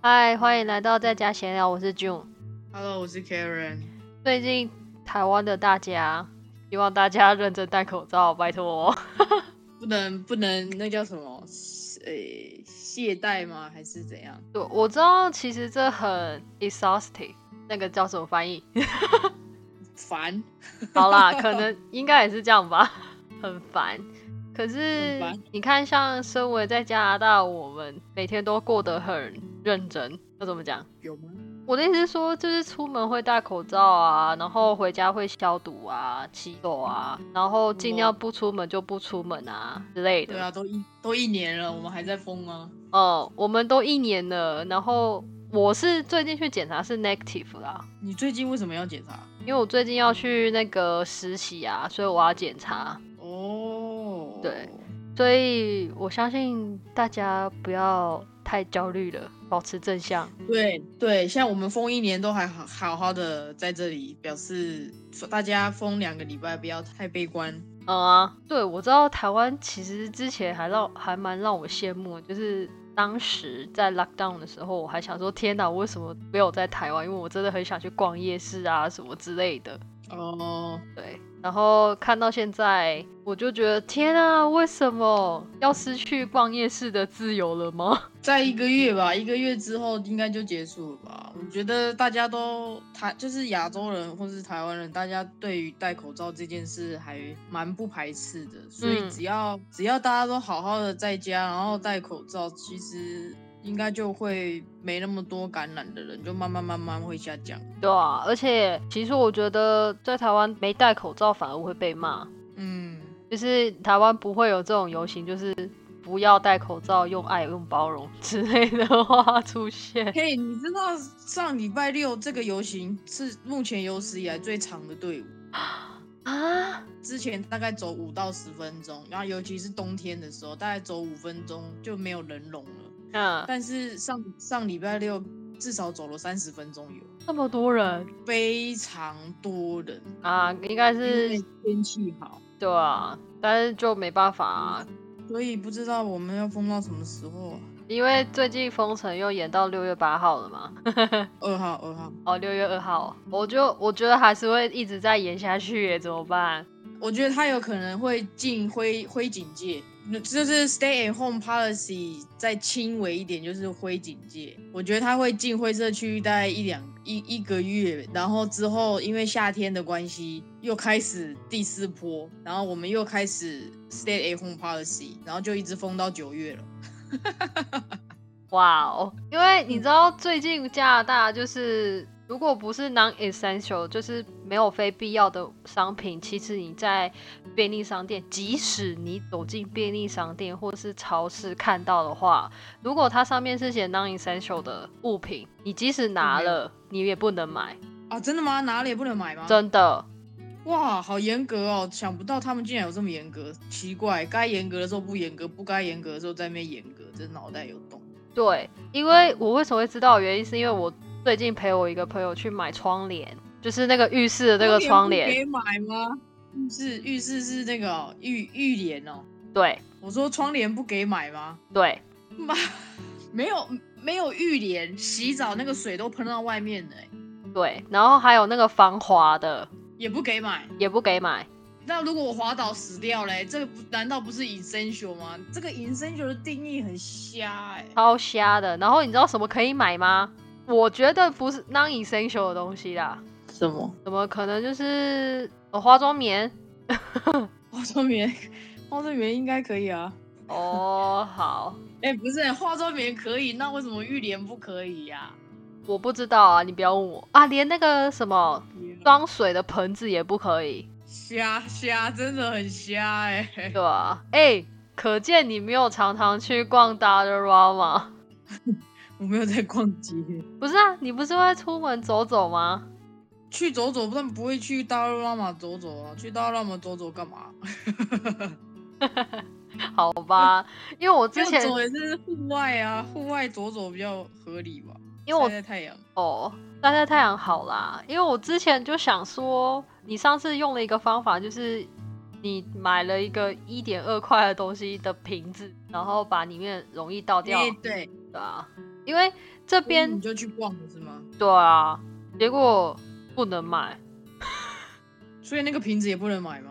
嗨，欢迎来到在家闲聊，我是 June。 Hello，我是 Karen。最近台湾的大家，希望大家认真戴口罩，拜托 哦。不能不能，那叫什么？呃、懈怠吗？还是怎样？对，我知道其实这很 exhausting，那个叫什么翻译？烦，好啦，可 能应该也是这样吧，很烦。可是很烦你看，像身为在加拿大，我们每天都过得很认真，要怎么讲？有吗？我的意思是说，就是出门会戴口罩啊，然后回家会消毒啊、洗手啊，然后尽量不出门就不出门啊之类对的。啊，都一都一年了，我们还在疯吗？嗯，我们都一年了，然后我是最近去检查是 negative 啦，你最近为什么要检查？因为我最近要去那个实习啊，所以我要检查。哦、对，所以我相信大家不要太焦虑了，保持正向。对对，像我们封一年都还好好好的在这里，表示大家封两个礼拜，不要太悲观。嗯啊，对，我知道台湾其实之前还让还蛮让我羡慕的，就是当时在 lockdown 的时候，我还想说天哪，为什么没有在台湾？因为我真的很想去逛夜市啊什么之类的。哦、对，然后看到现在，我就觉得天啊，为什么要失去逛夜市的自由了吗？ 在一个月吧，一个月之后应该就结束了吧？我觉得大家都台就是亚洲人或是台湾人，大家对于戴口罩这件事还蛮不排斥的，所以嗯只要、只要大家都好好的在家，然后戴口罩，其实应该就会没那么多感染的人，就慢慢慢慢会下降。对啊，而且其实我觉得在台湾没戴口罩反而会被骂，嗯，就是台湾不会有这种游行，就是不要戴口罩，用爱、用包容 之类的话出现。嘿、你知道上礼拜六这个游行是目前有史以来最长的队伍。啊，之前大概走五到十分钟，然后尤其是冬天的时候，大概走五分钟就没有人龙了。嗯，但是上上礼拜六至少走了三十分钟有，那么多人非常多人，啊，应该因为是天气好，对啊，但是就没办法、啊，所以不知道我们要封到什么时候啊。因为最近封城又延到六月八号了嘛，二号，二号，哦，六月二号，我就我觉得还是会一直再延下去耶，怎么办？我觉得他有可能会进灰灰警戒，就是 stay at home policy 再轻微一点，就是灰警戒。我觉得他会进灰色区域大概一两一一个月，然后之后因为夏天的关系，又开始第四波，然后我们又开始 stay at home policy，然后就一直封到九月了。哇哦！因为你知道最近加拿大就是，如果不是 non essential，就是没有非必要的商品，其实你在便利商店，即使你走进便利商店或是超市看到的话，如果它上面是写 non essential 的物品，你即使拿了，你也不能买，啊，真的吗？哪里也不能买吗？真的。哇，好严格哦！想不到他们竟然有这么严格，奇怪，该严格的时候不严格，不该严格的时候在那边严格，这脑袋有洞。对，因为我为什么会知道的原因，是因为我最近陪我一个朋友去买窗帘，就是那个浴室的那个窗不可帘，以买吗？浴室浴室是那个哦浴浴帘哦。对我说窗帘不给买吗？对。妈，没有没有浴帘，洗澡那个水都喷到外面了欸，对，然后还有那个防滑的也不给买。也不给买，那如果我滑倒死掉嘞，这个不难道不是 essential 吗？这个 essential 的定义很瞎哎、超瞎的。然后你知道什么可以买吗？我觉得不是 non essential 的东西啦，什么？怎么可能就是、呃化妆棉？化妆棉，化妆棉应该可以啊。哦，好，哎、不是，化妆棉可以，那为什么浴帘不可以呀、我不知道啊，你不要问我啊，连那个什么装水的盆子也不可以，瞎瞎，真的很瞎哎、对吧、哎、可见你没有常常去逛 Dollar Rama，我没有在逛街，不是啊？你不是会出门走走吗？去走走，但不会去大陆拉玛走走啊，去大陆拉玛走走干嘛？好吧，因为我之要 前走也是户外啊，户外走走比较合理吧，因为我晒晒太阳。哦，晒晒太阳好啦，因为我之前就想说，你上次用了一个方法，就是你买了一个一点二块的东西的瓶子，然后把里面容易倒掉，哎、对，对啊，因为这你边就去逛了是吗？对啊，结果不能买。所以那个瓶子也不能买吗？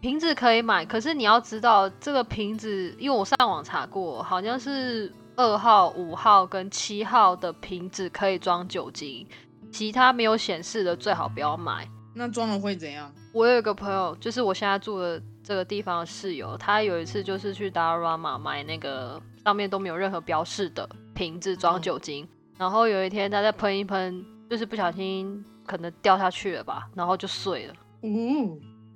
瓶子可以买，可是你要知道这个瓶子，因为我上网查过，好像是二号、五号跟七号的瓶子可以装酒精，其他没有显示的最好不要买。那装了会怎样？我有一个朋友，就是我现在住的这个地方的室友，他有一次就是去 Darama 买那个上面都没有任何标示的瓶子装酒精，然后有一天他在喷一喷，就是不小心可能掉下去了吧，然后就碎了。哦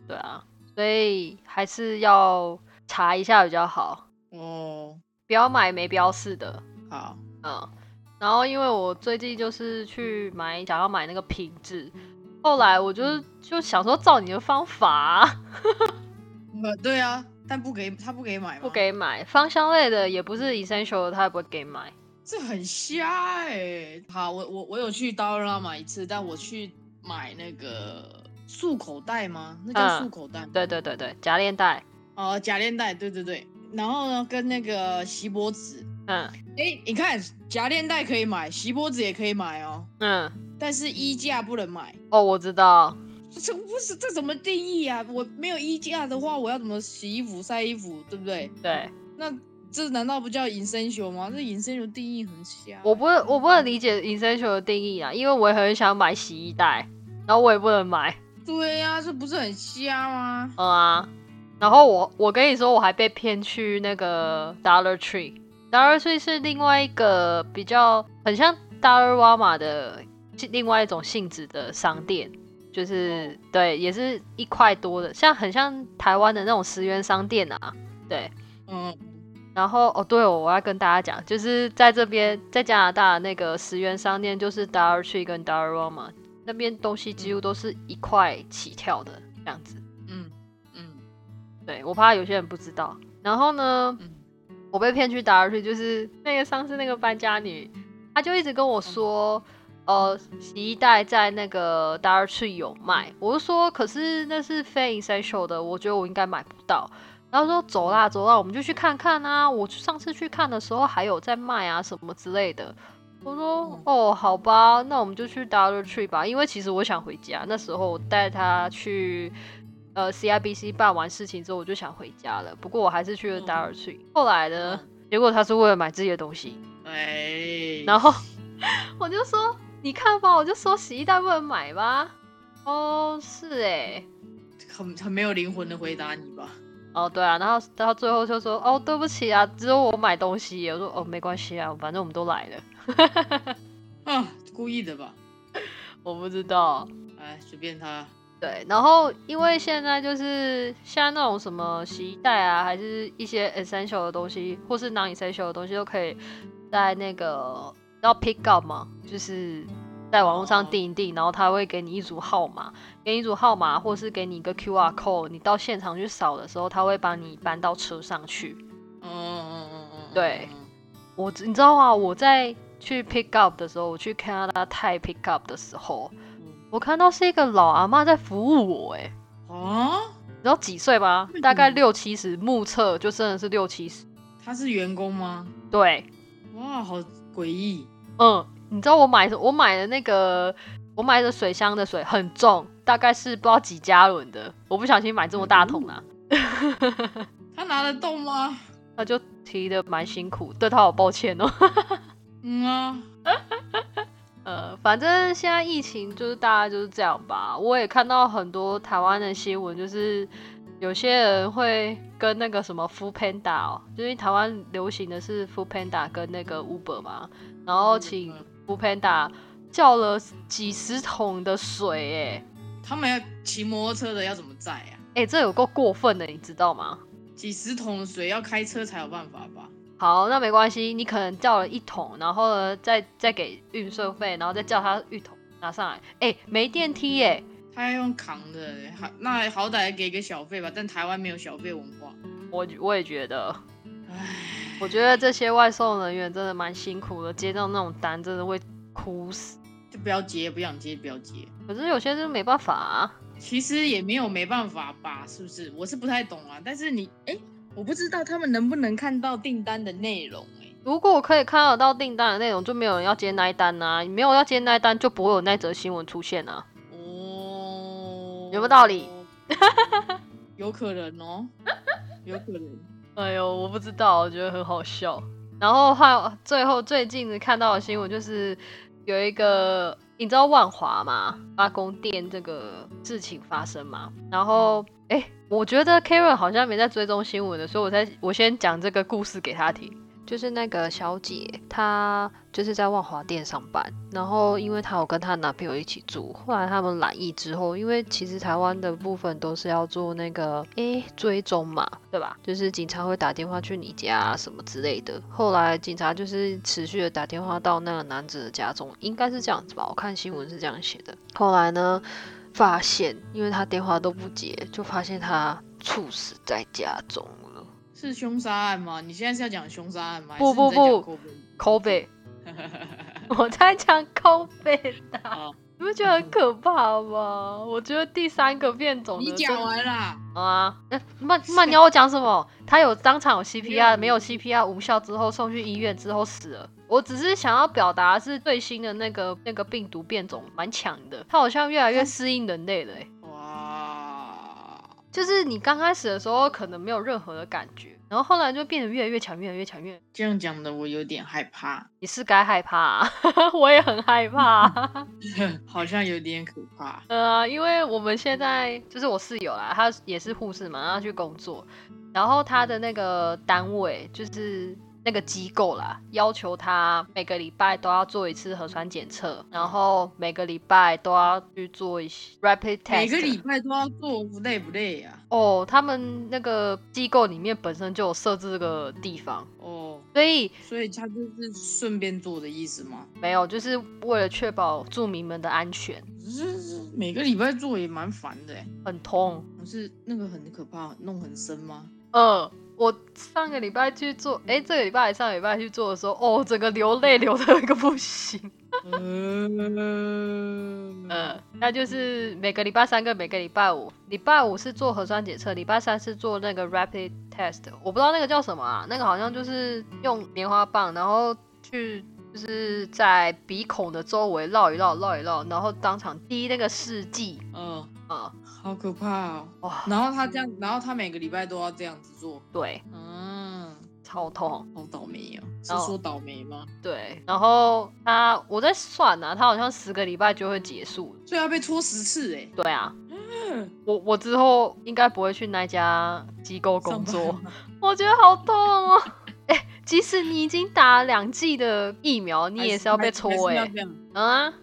对啊，所以还是要查一下比较好，哦，不要买没标示的。好，嗯，然后因为我最近就是去买，想要买那个瓶子，后来我就就想说照你的方法啊、呃，对啊，但不给他不给买吗？不，给买，芳香类的也不是 essential 的，他也不会给买。这很瞎哎、好，我我我有去刀拉买一次，但我去买那个束口袋吗？那叫嗯束口袋吗？对对对对，夹链带，哦，假链带，对对对。然后呢，跟那个锡箔纸，嗯哎，你看假链带可以买，锡箔纸也可以买哦，嗯，但是衣架不能买。哦，我知道，这不是这怎么定义啊？我没有衣架的话，我要怎么洗衣服、晒衣服，对不对？对那这难道不叫隐身球吗？这隐身球定义很瞎。我不我不能理解 essential 的定义啊，因为我也很想买洗衣袋，然后我也不能买，对呀、这不是很瞎吗？嗯啊，然后我我跟你说，我还被骗去那个 Dollar Tree。Dollar Tree 是另外一个比较很像 Dollar Wama 的另外一种性质的商店，就是对，也是一块多的，像很像台湾的那种十元商店啊。对，嗯，然后哦，对哦，我要跟大家讲，就是在这边在加拿大那个十元商店，就是 Dollar Tree 跟 Dollar Wama 那边东西几乎都是一块起跳的这样子。嗯嗯对我怕有些人不知道。然后呢，嗯我被骗去达尔去，就是那个上次那个搬家女，她就一直跟我说，呃，洗衣袋在那个达尔去有卖。我就说，可是那是非 essential 的，我觉得我应该买不到。然后说走啦走啦，我们就去看看啊！我上次去看的时候还有在卖啊，什么之类的。我说嗯哦，好吧，那我们就去 Dollar Tree 吧，因为其实我想回家。那时候我带他去呃 CIBC 办完事情之后，我就想回家了。不过我还是去了嗯 Dollar Tree。后来呢，嗯结果他是为了买自己的东西，哎，然后 我就说你看吧，我就说洗衣袋不能买吧。哦，是哎、很很没有灵魂的回答你吧。哦，对啊，然后到最后就说，哦，对不起啊，只有我买东西耶。我说，哦，没关系啊，反正我们都来了。啊，故意的吧？我不知道，哎，随便他。对，然后因为现在就是像那种什么洗衣袋啊，还是一些 essential 的东西，或是 non essential 的东西，都可以在那个要 pick up 嘛，就是在网络上哦订一订，然后他会给你一组号码，给你一组号码，或是给你一个 QR code，你到现场去扫的时候，他会帮你搬到车上去。嗯嗯嗯嗯。对我你知道吗？我在去 pick up 的时候，我去加拿大泰 pick up 的时候，嗯。我看到是一个老阿妈在服务我、欸，啊，你知道几岁吗嗯？大概六七十，目测就真的是六七十。他是员工吗？对，哇，好诡异。嗯，你知道我买我买的那个我买的水箱的水很重，大概是不知道几加仑的，我不小心买这么大桶啊，他拿得动吗？那就提的蛮辛苦，对他好抱歉哦。嗯啊，呃，反正现在疫情就是大概就是这样吧。我也看到很多台湾的新闻，就是有些人会跟那个什么 Food Panda 哦，就是台湾流行的是 Food Panda 跟那个 Uber 嘛，然后请 Food Panda 叫了几十桶的水、欸，他们要骑摩托车的要怎么载啊？哎、这有够过分的，你知道吗？几十桶的水要开车才有办法吧？好，那没关系，你可能叫了一桶，然后呢，再再给运送费，然后再叫他一桶拿上来，哎、没电梯耶、他要用扛的欸，还那好歹给个小费吧。但台湾没有小费文化，我我也觉得。唉，我觉得这些外送人员真的蛮辛苦的，接到那种单真的会哭死。就不要接，不想接不要接。可是有些就是没办法啊。其实也没有没办法吧，是不是？我是不太懂啊。但是你，哎、我不知道他们能不能看到订单的内容、欸，如果我可以看得到订单的内容，就没有人要接那一单呐、没有要接那一单，就不会有那则新闻出现啊。哦，有没有道理？ 有可能哦，有可能。哎呦，我不知道，我觉得很好笑。然后还有最后最近看到的新闻就是有一个，你知道万华嘛八公店这个事情发生嘛？然后哎、我觉得 Karen 好像没在追踪新闻的，所以我在我先讲这个故事给她听。就是那个小姐，她就是在万华店上班，然后因为她有跟她男朋友一起住，后来他们染疫之后，因为其实台湾的部分都是要做那个诶追踪嘛，对吧？就是警察会打电话去你家、啊、什么之类的。后来警察就是持续的打电话到那个男子的家中，应该是这样子吧？我看新闻是这样写的。后来呢，发现因为他电话都不接，就发现他猝死在家中了。是凶杀案吗？你现在是要讲凶杀案吗？不不不口北。还是你我在在讲 Kobe？讲靠背的好，你不觉得很可怕吗？我觉得第三个变种的你讲完啦，好啊，那慢慢你要我讲什么？他有当场有 CPR，没有 CPR 无效之后送去医院之后死了。我只是想要表达的是最新的那个那个病毒变种蛮强的，它好像越来越适应人类了、欸。哇，就是你刚开始的时候可能没有任何的感觉，然后后来就变得越来越强，越来越强，越来越这样讲的我有点害怕，你是该害怕、啊， 我也很害怕啊、好像有点可怕。呃，因为我们现在就是我室友啦，她也是护士嘛，然后她去工作，然后她的那个单位就是那个机构啦，要求她每个礼拜都要做一次核酸检测，然后每个礼拜都要去做一些 rapid test。每个礼拜都要做，不累不累啊？哦，他们那个机构里面本身就有设置这个地方，哦，所以所以他就是顺便做的意思吗？没有，就是为了确保住民们的安全，只是每个礼拜做也蛮烦的欸，很痛。不是那个很可怕，弄很深吗？呃，我上个礼拜去做，哎，这个礼拜还上个礼拜去做的时候，哦，整个流泪流的一个不行。呃，呃，那就是每个礼拜三跟每个礼拜五，礼拜五是做核酸检测，礼拜三是做那个 rapid test，我不知道那个叫什么啊，那个好像就是用棉花棒，然后去就是在鼻孔的周围绕一绕，绕一绕，然后当场滴那个试剂呃，啊、好可怕哦。哇，然后他这样，然后他每个礼拜都要这样子做，对，嗯，超痛。好倒霉哦。是然后说倒霉吗？对，然后他我在算呢、啊，他好像十个礼拜就会结束。所以要被戳十次哎、对啊，嗯我我之后应该不会去那家机构工上作班， 我觉得好痛哦。哎、即使你已经打两剂的疫苗，你也是要被戳还是哎、要这样嗯啊，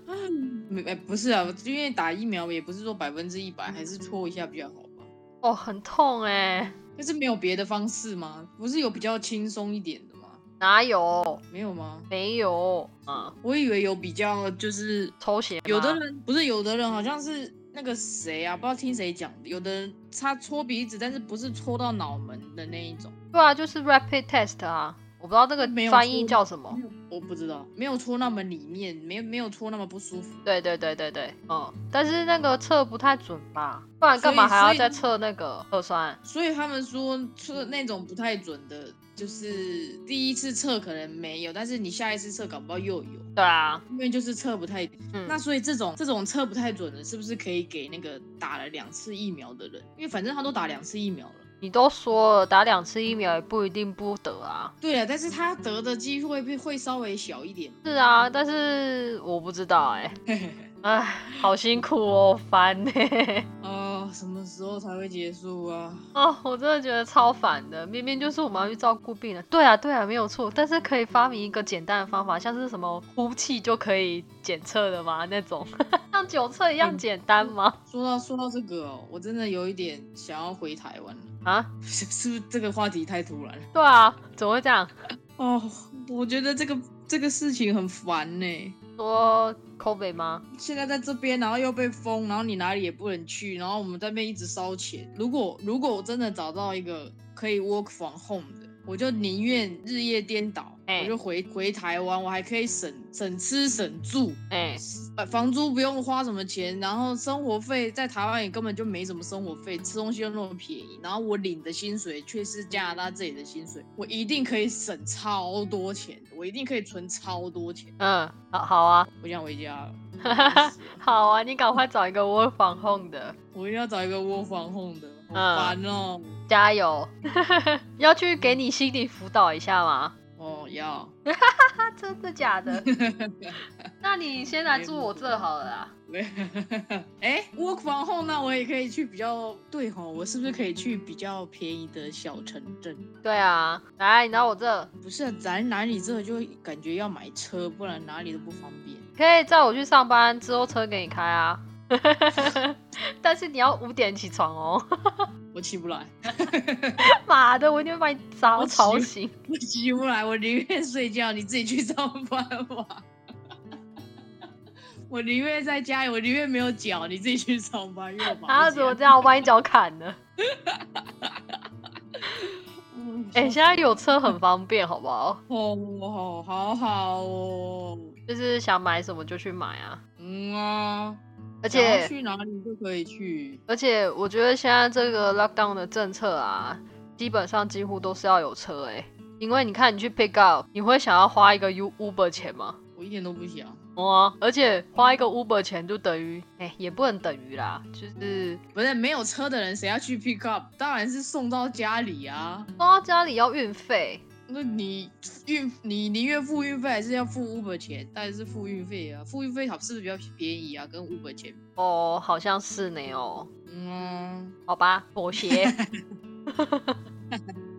没、哎不是啊，因为打疫苗也不是说百分之一百，还是戳一下比较好吧。哦，很痛哎、但是没有别的方式吗？不是有比较轻松一点的吗？哪有？没有吗？没有，啊，我以为有比较就是抽血吗有的人不是有的人好像是那个谁啊，不知道听谁讲的，有的人他戳鼻子，但是不是戳到脑门的那一种，对啊，就是 rapid test 啊，我不知道这个没有嗯翻译戳叫什么。我不知道，没有戳那么里面，没有没有戳那么不舒服。对对对对对，嗯，但是那个测不太准吧，不然干嘛还所要以再测那个核酸？所以他们说测那种不太准的，就是第一次测可能没有，但是你下一次测搞不好又有，对啊，因为就是测不太。嗯，那所以这种这种测不太准的，是不是可以给那个打了两次疫苗的人？因为反正他都打两次疫苗了。你都说了打两次疫苗也不一定不得啊。对啊，但是他得的机会会会稍微小一 点。是啊，但是我不知道哎、唉，好辛苦哦，烦呢、哦，什么时候才会结束啊？ 哦，我真的觉得超烦的。明明就是我们要去照顾病人，对啊，对啊，没有错。但是可以发明一个简单的方法，像是什么呼气就可以检测的吗？那种 像酒测一样简单吗？说到说到这个哦，我真的有一点想要回台湾了， 啊，是是不是这个话题太突然了？对啊，怎么会这样？哦，我觉得这个这个事情很烦呢、说 COVID 吗？现在在这边，然后又被封，然后你哪里也不能去，然后我们在那边一直烧钱。如果如果我真的找到一个可以 work from home 的，我就宁愿日夜颠倒，哎我就回回台湾，我还可以省省吃省住，哎、呃，房租不用花什么钱，然后生活费在台湾也根本就没什么生活费，吃东西又那么便宜，然后我领的薪水却是加拿大这里的薪水，我一定可以省超多钱，我一定可以存超多钱。嗯，好好啊，我想回家了，我要死了好啊，你赶快找一个 work from home 的，我一定要找一个窝房控的，好嗯烦哦、加油！ 要去给你心理辅导一下吗？哦，要啊，真的假的？ 那你先来住我这好了啊啦。没？哎、窝房控，那我也可以去比较对吼，我是不是可以去比较便宜的小城镇？对啊，来，你到我这，不是、啊，咱哪里这就感觉要买车，不然哪里都不方便。可以载我去上班，之后车给你开啊。 但是你要五点起床哦， 我起不来， 妈的，我一定会把你吵我起吵醒。我起不来，我宁愿睡觉，你自己去上班吧。我宁愿在家里，我宁愿没有脚，你自己去上班，因为我啊，绑不怎么起这样？我把你脚砍了。哎、来。现在有车很方便，好不好？哦，好好哦，就是想买什么就去买啊。嗯啊，而想要且去哪里都可以去。而且，我觉得现在这个 lockdown 的政策啊，基本上几乎都是要有车哎、因为你看你去 pick up，你会想要花一个 U Uber 钱吗？我一点都不想，哦、而且花一个 Uber 钱就等于，哎、也不能等于啦，就是不是没有车的人谁要去 pick up？当然是送到家里啊。送到家里要运费，那你运你宁愿付运费还是要付 Uber 钱？当然是付运费啊，付运费好是不是比较便宜啊？跟 Uber 钱比，哦，好像是呢哦，嗯啊、好吧，妥协。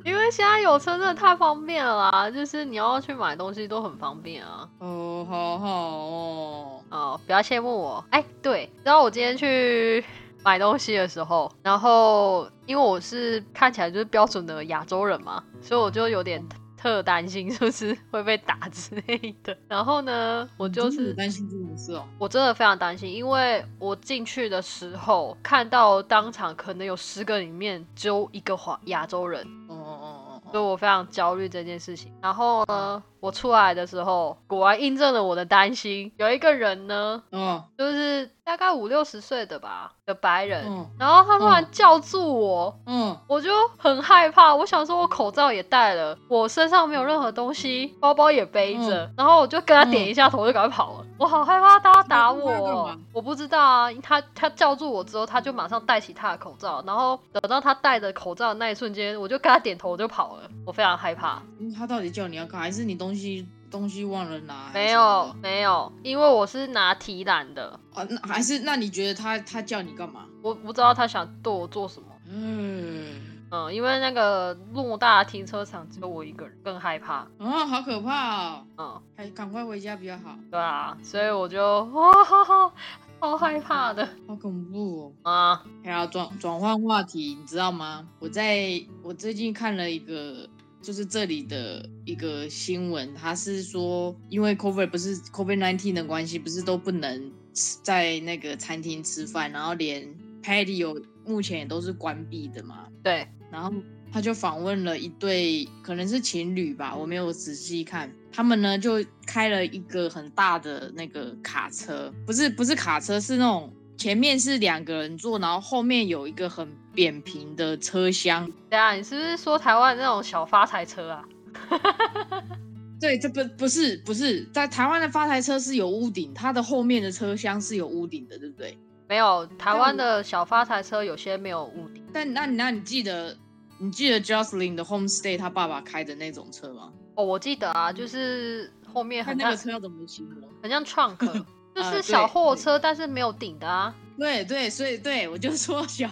因为现在有车真的太方便了啦，就是你要去买东西都很方便啊。哦，好好哦，哦，不要羡慕我。哎，对，然后我今天去 买东西的时候，然后因为我是看起来就是标准的亚洲人嘛，所以我就有点特担心， 就是会被打之类的。然后呢，我就真的有是担心这种事哦。我真的非常担心，因为我进去的时候看到当场可能有十个里面只有一个华亚洲人，哦哦哦所以我非常焦虑这件事情。然后呢，我出来的时候果然印证了我的担心，有一个人呢哦哦就是大概五六十岁的吧的白人，嗯然后他突然嗯叫住我，嗯，我就很害怕。我想说，我口罩也戴了，我身上没有任何东西，包包也背着，嗯然后我就跟他点一下头，就赶快跑了。我好害怕他打我他干哦嘛，我不知道啊。他他叫住我之后，他就马上戴起他的口罩，然后等到他戴着口罩的那一瞬间，我就跟他点头，我就跑了。我非常害怕。嗯他到底叫你要干嘛？还是你东西东西忘了拿？还是没什么的有没有，因为我是拿提篮的，啊，那还是那你觉得他他叫你干嘛？我不知道他想对我做什么。嗯嗯，因为那个偌大的停车场只有我一个人，更害怕。啊，好可怕哦！嗯，还赶快回家比较好，对啊，所以我就哦，好害怕的好恐怖哦！啊。还要转转换话题，你知道吗？我在我最近看了一个，就是这里的一个新闻，他是说，因为 COVID 不是 COVID 1 9的关系，不是都不能吃在那个餐厅吃饭，然后连 patio 目前也都是关闭的嘛。对，然后他就访问了一对可能是情侣吧，我没有仔细看。他们呢就开了一个很大的那个卡车，不是不是卡车，是那种前面是两个人坐，然后后面有一个很扁平的车厢。对啊，你是不是说台湾那种小发财车啊？对，这不不是不是在台湾的发财车是有屋顶，它的后面的车厢是有屋顶的，对不对？没有，台但湾我的小发财车有些没有屋顶。但那你那你记得你记得 Jocelyn 的 Homestay 他爸爸开的那种车吗？哦，我记得啊，就是后面他很那像个车要怎么形容？很像 trunk，就啊是对小货对车，但是没有顶的啊。对对，所以对我就说小，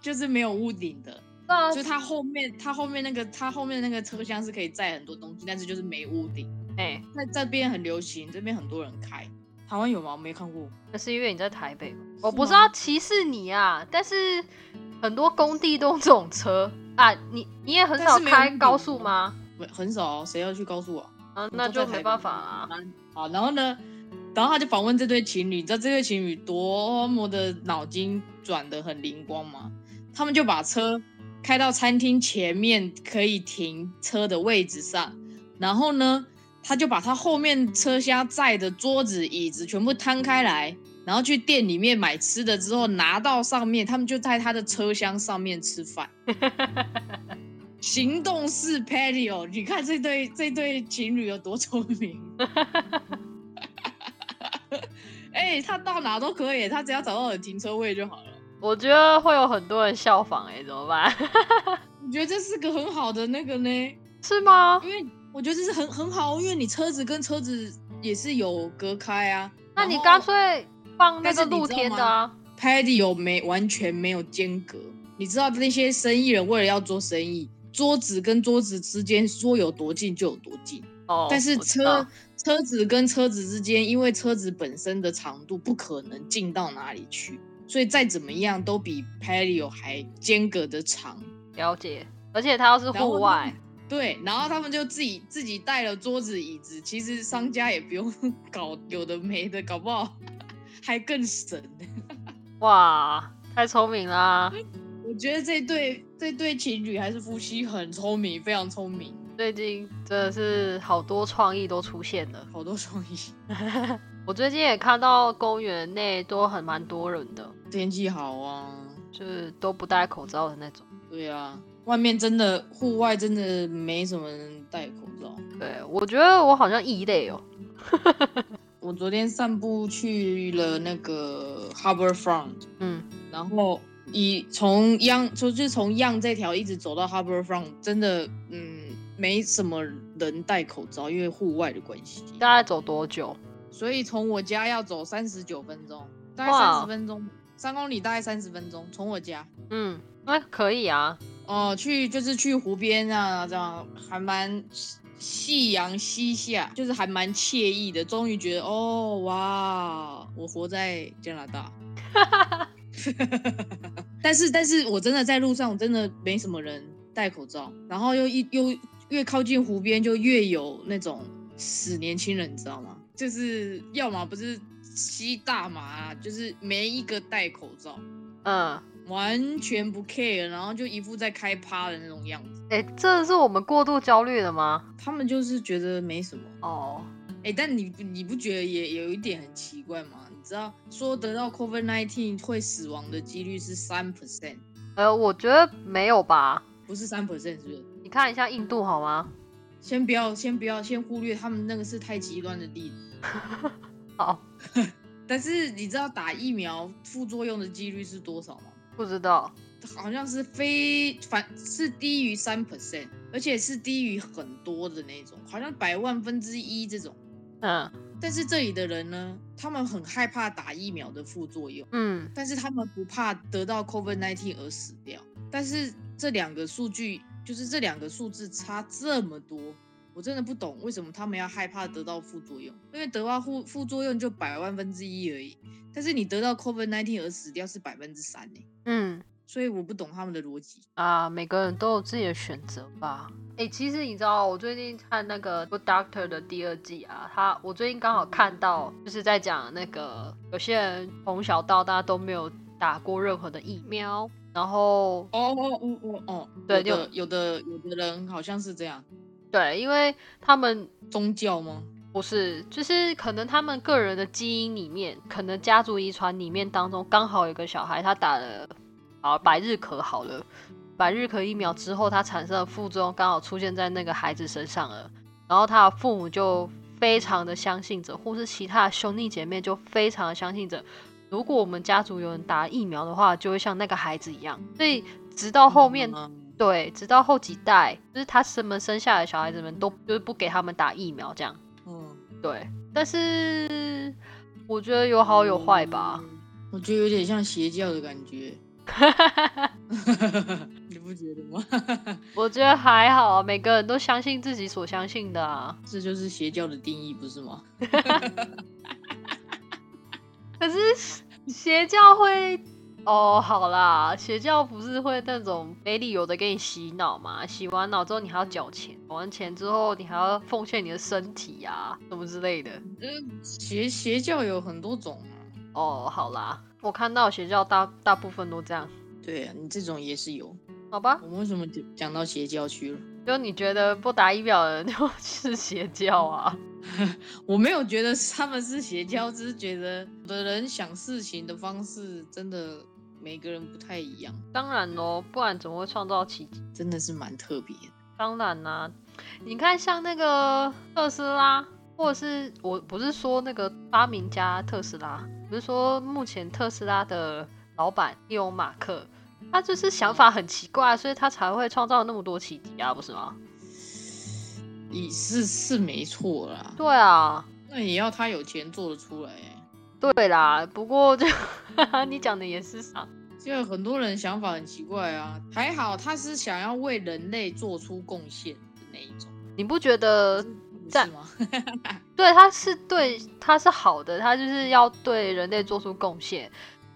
就是没有屋顶的，对啊就，是它后面它后面那个它后面那个车厢是可以载很多东西，但是就是没屋顶。哎，那这边很流行，这边很多人开。台湾有吗？我没看过。那是因为你在台北吧。我是不是吗要歧视你啊，但是很多工地都有这种车啊，你你也很但少是没有开屋顶高啊速吗？没很少、哦，谁要去告诉我？啊，那我就都在台没北办法啦。。好，然后呢，然后他就访问这对情侣，你知道这对情侣多么的脑筋转得很灵光吗？他们就把车开到餐厅前面可以停车的位置上，然后呢，他就把他后面车厢载的桌子、椅子全部摊开来，然后去店里面买吃的之后拿到上面，他们就在他的车厢上面吃饭。行动式 patio，你看这对这对情侣有多聪明。哎、他到哪都可以，他只要找到有停车位就好了。我觉得会有很多人效仿、欸，哎，怎么办？ 我觉得这是个很好的那个呢，是吗？因为我觉得这是很很好，因为你车子跟车子也是有隔开啊。那你干刚脆放那但个是你露知道天的吗啊。 patio 没完全没有间隔，你知道那些生意人为了要做生意，桌子跟桌子之间说有多近就有多近，哦，但是我知道车车子跟车子之间，因为车子本身的长度不可能近到哪里去，所以再怎么样都比 patio 还间隔的长。了解，而且它要是然后户他外们，对，然后他们就自己自己带了桌子椅子，其实商家也不用 搞有的没的，搞不好 还更省。哇，太聪明啦！我觉得这对这对情侣还是夫妻很聪明，非常聪明，最近真的是好多创意都出现了。好多创意。我最近也看到公园内都很蛮多人的，天气好啊，就是都不戴口罩的那种。对啊，外面真的户外真的没什么人戴口罩。对，我觉得我好像异类哦。我昨天散步去了那个 Harbor Front，嗯，然后以从央就是从央这条一直走到 Harbor Front，真的嗯没什么人戴口罩，因为户外的关系，大概走多久？所以从我家要走三十九分钟，大概哇哦三十分钟，三公里大概三十分钟，从我家嗯，那可以啊。哦、去就是去湖边啊，这样还蛮。夕阳西下，就是还蛮惬意的。终于觉得，哦哇，我活在加拿大。但是，但是我真的在路上，我真的没什么人戴口罩，然后又一又越靠近湖边，就越有那种死年轻人，你知道吗？就是要么不是吸大麻啊，就是没一个戴口罩，嗯，完全不 care，然后就一副在开趴的那种样子。哎、这是我们过度焦虑了吗？他们就是觉得没什么。哦，哎、但你你不觉得也有一点很奇怪吗？你知道说得到 COVID 19会死亡的几率是三 percent，呃，我觉得没有吧。不是三 percent 是不是？你看一下印度好吗？先不要，先不要，先忽略他们那个是太极端的例子。好， 但是你知道打疫苗副作用的几率是多少吗？不知道。好像是非反是低于三 percent，而且是低于很多的那种，好像百万分之一这种。嗯但是这里的人呢，他们很害怕打疫苗的副作用。嗯，但是他们不怕得到 COVID-19 而死掉。但是这两个数据，就是这两个数字差这么多，我真的不懂为什么他们要害怕得到副作用，因为得到副副作用就百万分之一而已，但是你得到 COVID-19 而死掉是百分之三呢，嗯。所以我不懂他们的逻辑。啊，每个人都有自己的选择吧。哎、其实你知道，我最近看那个《Good Doctor》的第二季啊，他我最近刚好看到，就是在讲那个有些人从小到大都没有打过任何的疫苗，然后哦哦哦哦哦，对有的有的有的人好像是这样，对，因为他们宗教吗？不是，就是可能他们个人的基因里面，可能家族遗传里面当中刚好有个小孩他打了啊百日咳好了，百日咳疫苗之后，它产生的副作用刚好出现在那个孩子身上了，然后他的父母就非常的相信着，或是其他的兄弟姐妹就非常的相信着，如果我们家族有人打疫苗的话，就会像那个孩子一样，所以直到后面嗯对，直到后几代，就是他什么生下来的小孩子们都就是不给他们打疫苗这样。嗯，对，但是我觉得有好有坏吧。我觉得有点像邪教的感觉， 你不觉得吗？ 我觉得还好，每个人都相信自己所相信的啊。这就是邪教的定义，不是吗？可是邪教会哦，好啦，邪教不是会那种没理由的给你洗脑嘛？洗完脑之后你还要缴钱，缴完钱之后你还要奉献你的身体啊，什么之类的。邪邪教有很多种啊，哦，好啦，我看到邪教大大部分都这样。对啊，你这种也是有。好吧？我们为什么讲讲到邪教去了？就你觉得不打疫苗的人 就是邪教啊？我没有觉得他们是 邪教，只是觉得有的人想事情的方式真的每个人不太一样，当然喽，不然怎么会创造奇迹？真的是蛮特别的。当然啦、你看像那个特斯拉，或者是我不是说那个发明家特斯拉，不是说目前特斯拉的老板伊隆马克，他就是想法很奇怪，所以他才会创造那么多奇迹啊，不是吗？也是是没错啦，对啊，那也要他有钱做得出来、欸。对啦，不过就 你讲的也是啊，就很多人想法很奇怪啊，还好他是想要为人类做出贡献的那一种，你不觉得在是吗？ 对，他是对，他是好的，他就是要对人类做出贡献。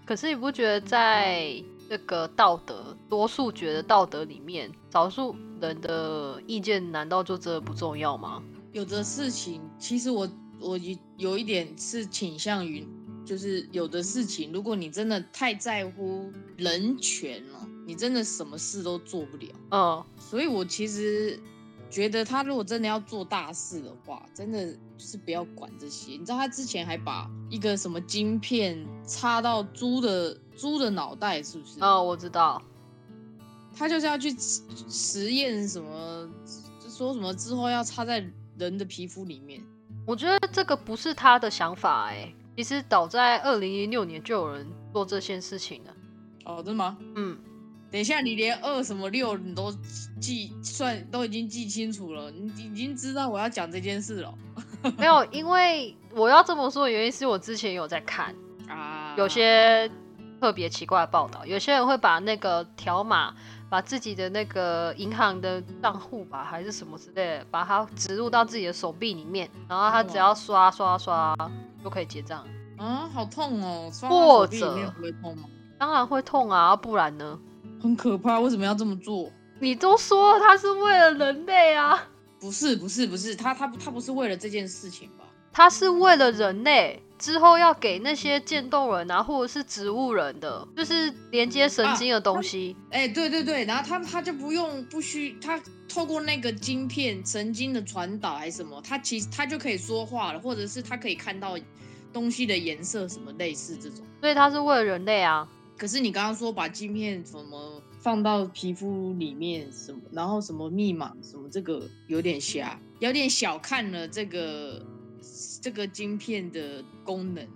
可是你不觉得在这个道德多数觉得道德里面，少数人的意见难道就真的不重要吗？有的事情，其实我我有有一点是倾向于，就是有的事情，如果你真的太在乎人权了，你真的什么事都做不了。嗯，所以我其实觉得他如果真的要做大事的话，真的就是不要管这些。你知道他之前还把一个什么晶片插到猪的猪的脑袋，是不是？哦，我知道，他就是要去实实验什么，就说什么之后要插在人的皮肤里面。我觉得这个不是他的想法哎、其实早在二零一六年就有人做这件事情了。哦，真的吗？嗯，等一下，你连二什么六你都记算都已经记清楚了，你已经知道我要讲这件事了没有，因为我要这么说的原因是我之前有在看，啊。有些特别奇怪的报道，有些人会把那个条码，把自己的那个银行的账户吧，还是什么之类的，把它植入到自己的手臂里面，然后他只要刷刷刷就可以结账。啊，好痛哦！刷或到手臂里面者不会痛吗？当然会痛啊，不然呢？很可怕，为什么要这么做？你都说了他是为了人类啊，不是不是不是，他他他不是为了这件事情吧？他是为了人类。之后要给那些渐冻人啊，或者是植物人的，就是连接神经的东西。哎、对对对，然后他他就不用不需他透过那个晶片神经的传导还是什么，他其实他就可以说话了，或者是他可以看到东西的颜色什么类似这种。所以他是为了人类啊。可是你刚刚说把晶片什么放到皮肤里面什么，然后什么密码什么，这个有点瞎，有点小看了这个这个晶片的功能。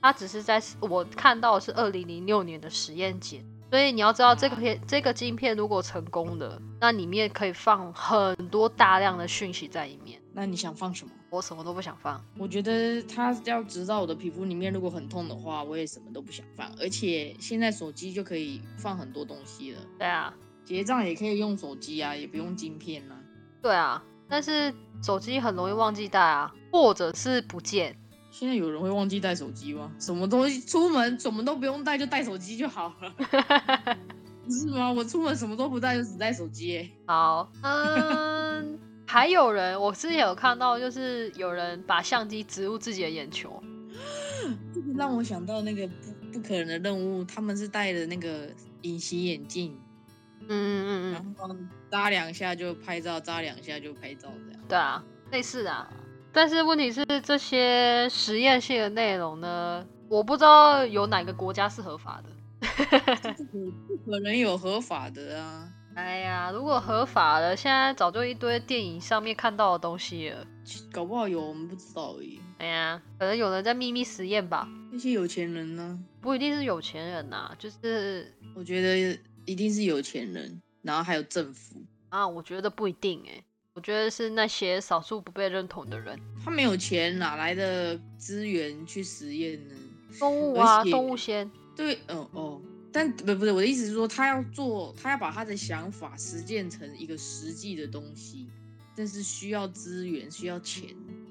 它只是在我看到的是二零零六年的实验结，所以你要知道这个片这个晶片如果成功了，那里面可以放很多大量的讯息在里面。那你想放什么？我什么都不想放，我觉得它要植到我的皮肤里面，如果很痛的话，我也什么都不想放。而且现在手机就可以放很多东西了，对啊，结账也可以用手机啊，也不用晶片啦、对啊，但是手机很容易忘记带啊，或者是不见。现在有人会忘记带手机吗？什么东西出门什么都不用带，就带手机就好了，不是吗？我出门什么都不带，就只带手机、欸。好，嗯，还有人，我之前有看到，就是有人把相机植入自己的眼球，这个让我想到那个不不可能的任务，他们是戴了那个隐形眼镜，嗯嗯嗯嗯，然后扎两下就拍照，扎两下就拍照这样。对啊，类似的啊、但是问题是，这些实验性的内容呢，我不知道有哪个国家是合法的。这个不可能有合法的啊！哎呀，如果合法了，现在早就一堆电影上面看到的东西了。搞不好有，我们不知道而已。哎呀，可能有人在秘密实验吧，那些有钱人呢、不一定是有钱人呐、就是我觉得一定是有钱人，然后还有政府。啊，我觉得不一定哎、我觉得是那些少数不被认同的人，他没有钱，哪来的资源去实验呢？动物啊，而且动物先，对，哦哦，但不不是我的意思是说，他要做，他要把他的想法实践成一个实际的东西，但是需要资源，需要钱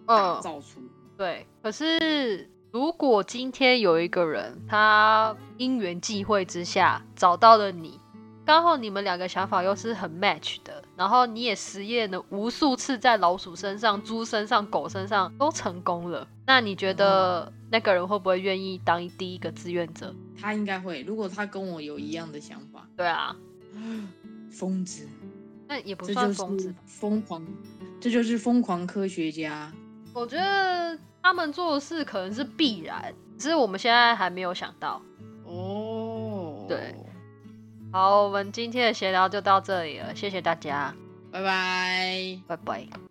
打嗯，造出。对。可是如果今天有一个人，他因缘际会之下找到了你，刚好你们两个想法又是很 match 的，然后你也实验了无数次在老鼠身上、猪身上、狗身上都成功了，那你觉得嗯那个人会不会愿意当第一个志愿者？他应该会，如果他跟我有一样的想法，对啊，疯子，那也不这算就疯子是吧。疯狂，这就是疯狂科学家。我觉得他们做的事可能是必然，只是我们现在还没有想到。哦，对，好，我们今天的闲聊就到这里了，谢谢大家，拜拜。拜拜。